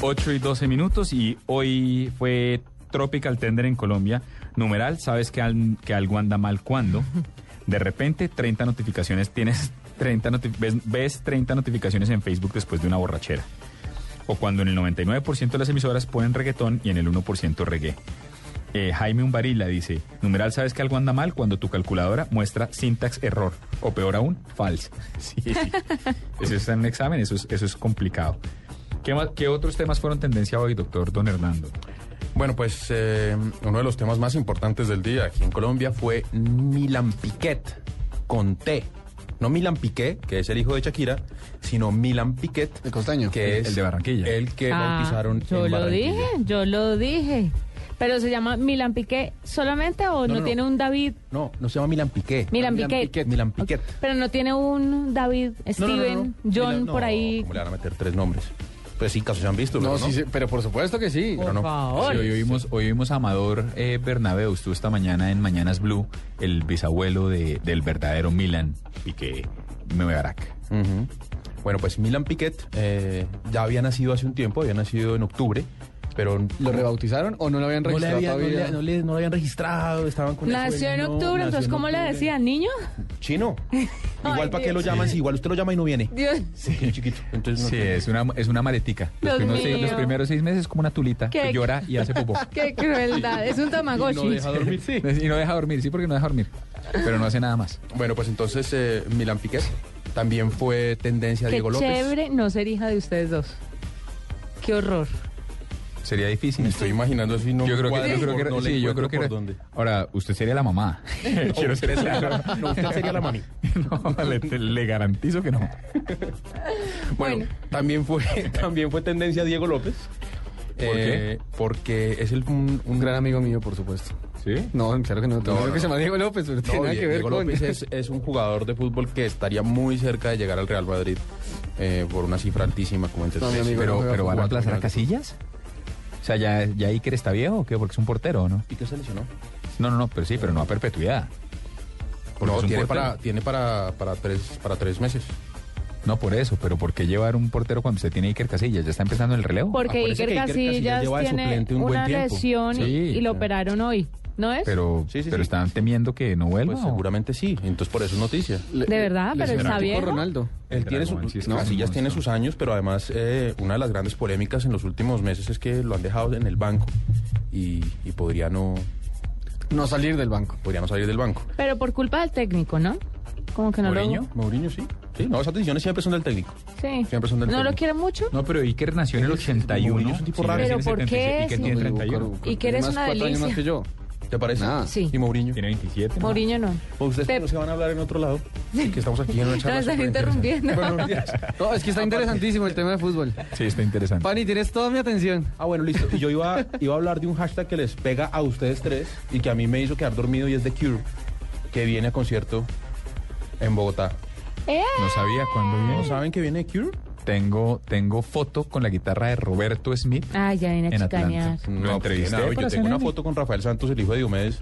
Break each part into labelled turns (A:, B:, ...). A: 8 y 12 minutos y hoy fue Tropical Tender en Colombia. Numeral, sabes que, al- que algo anda mal cuando. De repente, 30 notificaciones, tienes 30 noti- ves, ves 30 notificaciones en Facebook después de una borrachera. O cuando en el 99% de las emisoras ponen reggaetón y en el 1% reggae. Eh, Jaime Umbarila dice, numeral, sabes que algo anda mal cuando tu calculadora muestra syntax error, o peor aún, false. Sí, eso está en un examen, eso es, eso es complicado. ¿Qué, más- ¿Qué otros temas fueron tendencia hoy, doctor Don Hernando?
B: Bueno, pues eh, uno de los temas más importantes del día aquí en Colombia fue Milan Piquet con T. No Milan Piqué, que es el hijo de Shakira, sino Milan Piquet,
C: El costeño.
B: que es
A: el de Barranquilla.
B: El que
D: Ah,
B: bautizaron
D: Yo
B: en
D: lo
B: Barranquilla.
D: dije, yo lo dije. Pero se llama Milan Piqué solamente o
B: No,
D: no,
B: no, no.
D: tiene un David.
B: No, no se llama Milan Piqué.
D: Milan Piqué.
B: Milan Piquet.
D: Pero no tiene un David,
B: No, no, no,
D: Steven,
B: no.
D: John
B: Milan- no,
D: por ahí.
B: ¿Cómo le van a meter tres nombres? Pues sí, casos se han visto,
C: No,
B: pero
C: sí, sí, pero por supuesto que sí.
B: Pero no.
D: Por favor.
A: Sí, hoy, vimos, hoy vimos a Amador eh, Bernabeu, estuvo esta mañana en Mañanas Blue, el bisabuelo de- del verdadero Milan Piqué Mebarak.
B: Ujú. Bueno, pues Milan Piquet eh, ya había nacido hace un tiempo, había nacido en octubre, pero
C: ¿Lo rebautizaron o no lo habían
B: no le,
C: registrado
B: habían, no,
C: todavía?
B: le, no le- no lo habían registrado, estaban con
D: Nació en octubre, entonces ¿cómo le
B: decían?
D: decían? ¿Niño?
B: Chino.
D: Ay,
B: Igual para qué lo
D: Dios.
B: llaman, si igual usted lo llama y no viene.
D: Dios,
B: Sí, chiquito. Entonces no
A: Sí,
B: tiene-
A: es una, es una maletica. Los
D: Dios
A: primeros, seis,
D: mío.
A: los primeros seis meses es como una tulita
D: ¿Qué?
A: que llora y hace popó.
D: qué crueldad. Es un Tamagotchi.
B: Y no deja dormir, sí.
A: Y no deja dormir, sí, porque no deja dormir. Pero no hace nada más.
B: Bueno, pues entonces eh, Milan Piquet también fue tendencia a
D: Qué
B: Diego López.
D: chévere no ser hija de ustedes dos. Qué horror.
A: Sería
B: Me
A: difícil.
B: estoy imaginando así, no
A: Yo creo que,
B: cuadro
A: yo creo
B: por-
A: que,
B: no le
A: sí, yo creo
B: encuentro
A: que
B: por
A: era-
B: dónde.
A: ahora usted sería la mamá. Quiero ser claro.
B: No, usted sería la mami.
A: No, le, te- le garantizo que no.
B: Bueno, También, fue, también fue tendencia a Diego López.
A: ¿Por
B: Eh, Porque es el, un,
C: Un gran amigo mío, por supuesto.
A: ¿Sí?
C: No, claro que no. No,
B: No,
C: creo
B: no,
C: que se
B: no.
C: llama Diego López, pero tiene
B: No,
C: nada
B: Die-
C: que ver
B: Diego
C: con...
B: López es, es un jugador de fútbol que estaría muy cerca de llegar al Real Madrid eh, por una cifra altísima como entre
C: No, mi
B: tres.
C: amigo,
A: Pero,
C: juega
A: pero ¿va a
C: fútbol,
A: reemplazar a
B: juega
A: Casillas? O sea, ¿ya, ya Iker está viejo o qué? Porque es un portero, ¿no?
B: ¿Y qué se lesionó?
A: No, no, no, pero sí, pero no a perpetuidad. Porque
B: no,
A: es un
B: tiene,
A: portero.
B: para, tiene para, para, tres, para tres meses.
A: No por eso, pero ¿por qué llevar un portero cuando usted tiene Iker Casillas? ¿Ya está empezando el relevo?
D: Porque
B: Acuérdese
D: Iker,
B: Ah, que Iker Casillas
D: Casillas
B: lleva de
D: tiene
B: suplente un buen
D: una
B: tiempo.
D: lesión y-
A: Sí,
D: y lo
A: sí.
D: operaron hoy, ¿no es?
A: Pero,
B: Sí, sí,
A: pero
B: sí.
A: están temiendo que no vuelva.
B: Pues
A: ¿o?
B: seguramente sí, entonces por eso es noticia.
C: Le-
D: De verdad,
C: le
D: Ah, pero
C: será
D: está
C: tipo
D: viejo.
C: Ronaldo.
B: Él tiene su-
A: Dragoman, sí, es
B: no,
A: casi
B: Casillas
A: un
B: tiene
A: monstruo.
B: sus años, pero además eh, una de las grandes polémicas en los últimos meses es que lo han dejado en el banco y, y podría, no,
C: No salir del banco.
B: podría no salir del banco.
D: Pero por culpa del técnico, ¿no? Como que no
A: ¿Mourinho?
B: Mourinho sí. Sí, no, esas decisiones siempre son del técnico.
D: lo... Sí.
B: Siempre son del
D: ¿No lo
B: técnico.
D: quiere mucho?
A: No, pero Iker nació en el
B: Mourinho
A: 81.
B: es un tipo
A: Sí,
B: raro.
A: nació en el
D: Pero ¿por qué?
A: 76. Iker
D: Sí.
A: tiene
C: No, pero
A: 31.
C: Cor-
D: Y que eres
C: tiene
D: una
C: más cuatro años
D: delicia.
C: más que yo.
B: ¿Te parece?
C: Nada.
D: Sí.
B: ¿Y Mourinho?
A: Tiene 27. ¿no?
D: Mourinho no.
B: Ustedes
D: Pep.
B: no se van a hablar en otro lado. Que estamos aquí en una
D: No,
B: charla.
D: están
B: superinteresante.
D: interrumpiendo.
C: No, es que está interesantísimo el tema de fútbol.
A: Sí, está interesante.
C: Pani, tienes toda mi atención.
B: Ah, bueno, listo. Y yo iba, iba a hablar de un hashtag que les pega a ustedes tres y que a mí me hizo quedar dormido y es The Cure, que viene a concierto en Bogotá.
D: ¡Eh!
A: No sabía cuándo
B: ¿No
A: viene.
B: saben que viene The Cure?
A: Tengo, tengo foto con la guitarra de Roberto Smith.
D: Ay, ya viene a
A: En Atlanta.
D: chicanear.
A: Lo entrevisté
B: nada,
A: para
B: yo
A: hacer
B: tengo una
A: el-
B: foto con Rafael Santos, el hijo de Diomedes.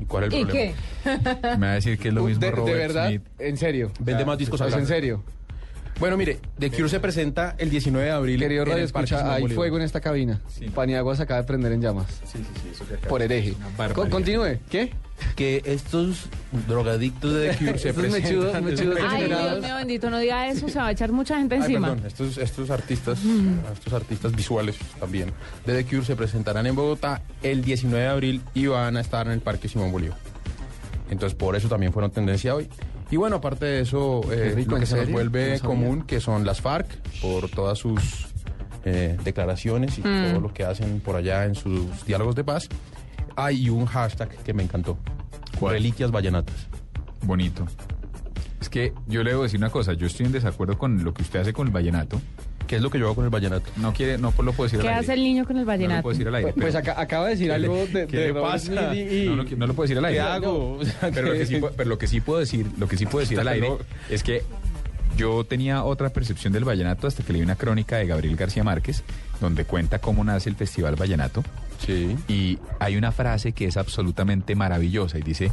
B: ¿Y cuál es el
D: ¿Y
B: problema?
D: qué?
A: Me va a decir que es lo
C: Uh,
A: mismo
C: de, de
A: Robert
C: verdad,
A: Smith.
C: en serio.
B: Vende más discos
C: Pues
B: al
C: en
B: año.
C: serio.
B: Bueno, mire, The Cure se presenta el 19 de abril.
C: Querido
B: en
C: Radio
B: el Parque
C: Escucha,
B: Simón
C: hay
B: Bolívar.
C: fuego en esta cabina. Paniagua se acaba de prender en llamas. Por hereje. Co-
A: barbaridad.
C: Continúe. ¿Qué?
B: Que estos drogadictos de The Cure se
C: Estos
B: presentan.
C: mechudos- mechudos
D: Ay, Dios
C: degenerados.
D: mío bendito, no diga eso, se va a echar mucha gente
B: Ay,
D: encima.
B: perdón, estos, estos artistas, estos artistas visuales también de The Cure se presentarán en Bogotá el 19 de abril y van a estar en el Parque Simón Bolívar. Entonces por eso también fueron tendencia hoy. Y bueno, aparte de eso, eh,
C: rico,
B: lo que
C: ¿en
B: se nos
C: serio? No
B: vuelve
C: sabía.
B: común, que son las FARC, por todas sus eh, declaraciones y todo lo que hacen por allá en sus diálogos de paz, hay un hashtag que me encantó.
A: ¿Cuál?
B: Reliquias vallenatas.
A: Bonito. Es que yo le debo decir una cosa, yo estoy en desacuerdo con lo que usted hace con el vallenato.
B: ¿Qué es lo que yo hago con el vallenato?
A: No quiere, no lo puedo decir
D: ¿Qué
A: al
D: hace el
A: aire.
D: niño con
A: No
D: el
A: lo
D: vallenato?
A: puedo decir al aire.
C: Pues, pues
A: pero-
C: acá- acaba de decir algo de,
B: qué
C: de
B: le
C: Robert
B: pasa?
C: Smith y- y-
A: no, lo, qui- no lo puedo decir al aire.
B: ¿Qué hago? O sea,
A: Pero lo, que sí,
B: que-
A: pu- pero lo que sí puedo decir, lo que sí puedo decir al
B: Está
A: aire
B: loco.
A: es que yo tenía otra percepción del vallenato hasta que leí una crónica de Gabriel García Márquez donde cuenta cómo nace el Festival Vallenato
B: Sí.
A: Y hay una frase que es absolutamente maravillosa y dice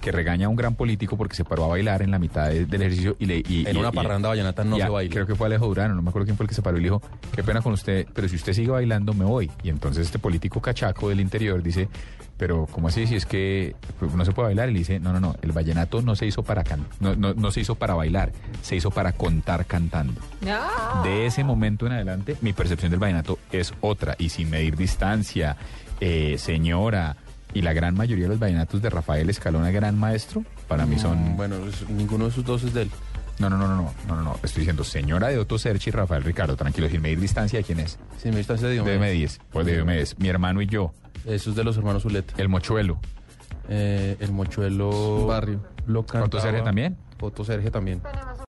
A: que regaña a un gran político porque se paró a bailar en la mitad de- del ejercicio y le... y-
B: En
A: y-
B: una
A: y-
B: parranda vallenata no
A: y a-
B: se baila.
A: Creo que fue Alejo Durano, no me acuerdo quién fue el que se paró y le dijo, qué pena con usted, pero si usted sigue bailando me voy. Y entonces este político cachaco del interior dice, pero ¿cómo así? Si es que pues, no se puede bailar. Y le dice, no, no, no, el vallenato no se hizo para can no, no, no se hizo para bailar, se hizo para contar cantando. De ese momento en adelante, mi percepción del vallenato es otra. Y sin medir distancia, eh, señora, y la gran mayoría de los vallenatos de Rafael Escalona, gran maestro, para mí son...
B: Mm, Bueno, es- ninguno de sus dos es de él.
A: No, no, no, no, no, no, no, no, Estoy diciendo señora de Otto Serchi y Rafael Ricardo. Tranquilo, sin medir distancia, ¿quién es?
B: Sí, me distancia de
A: De
B: Diomedes.
A: Diomedes. Pues de Diomedes. Mi hermano y yo.
B: Eso es de los hermanos Zuleta.
A: El mochuelo.
B: Eh, el mochuelo.
C: Barrio.
B: Lo
A: ¿Otto
B: cantaba-
A: Sergio también?
B: Otto Sergio también.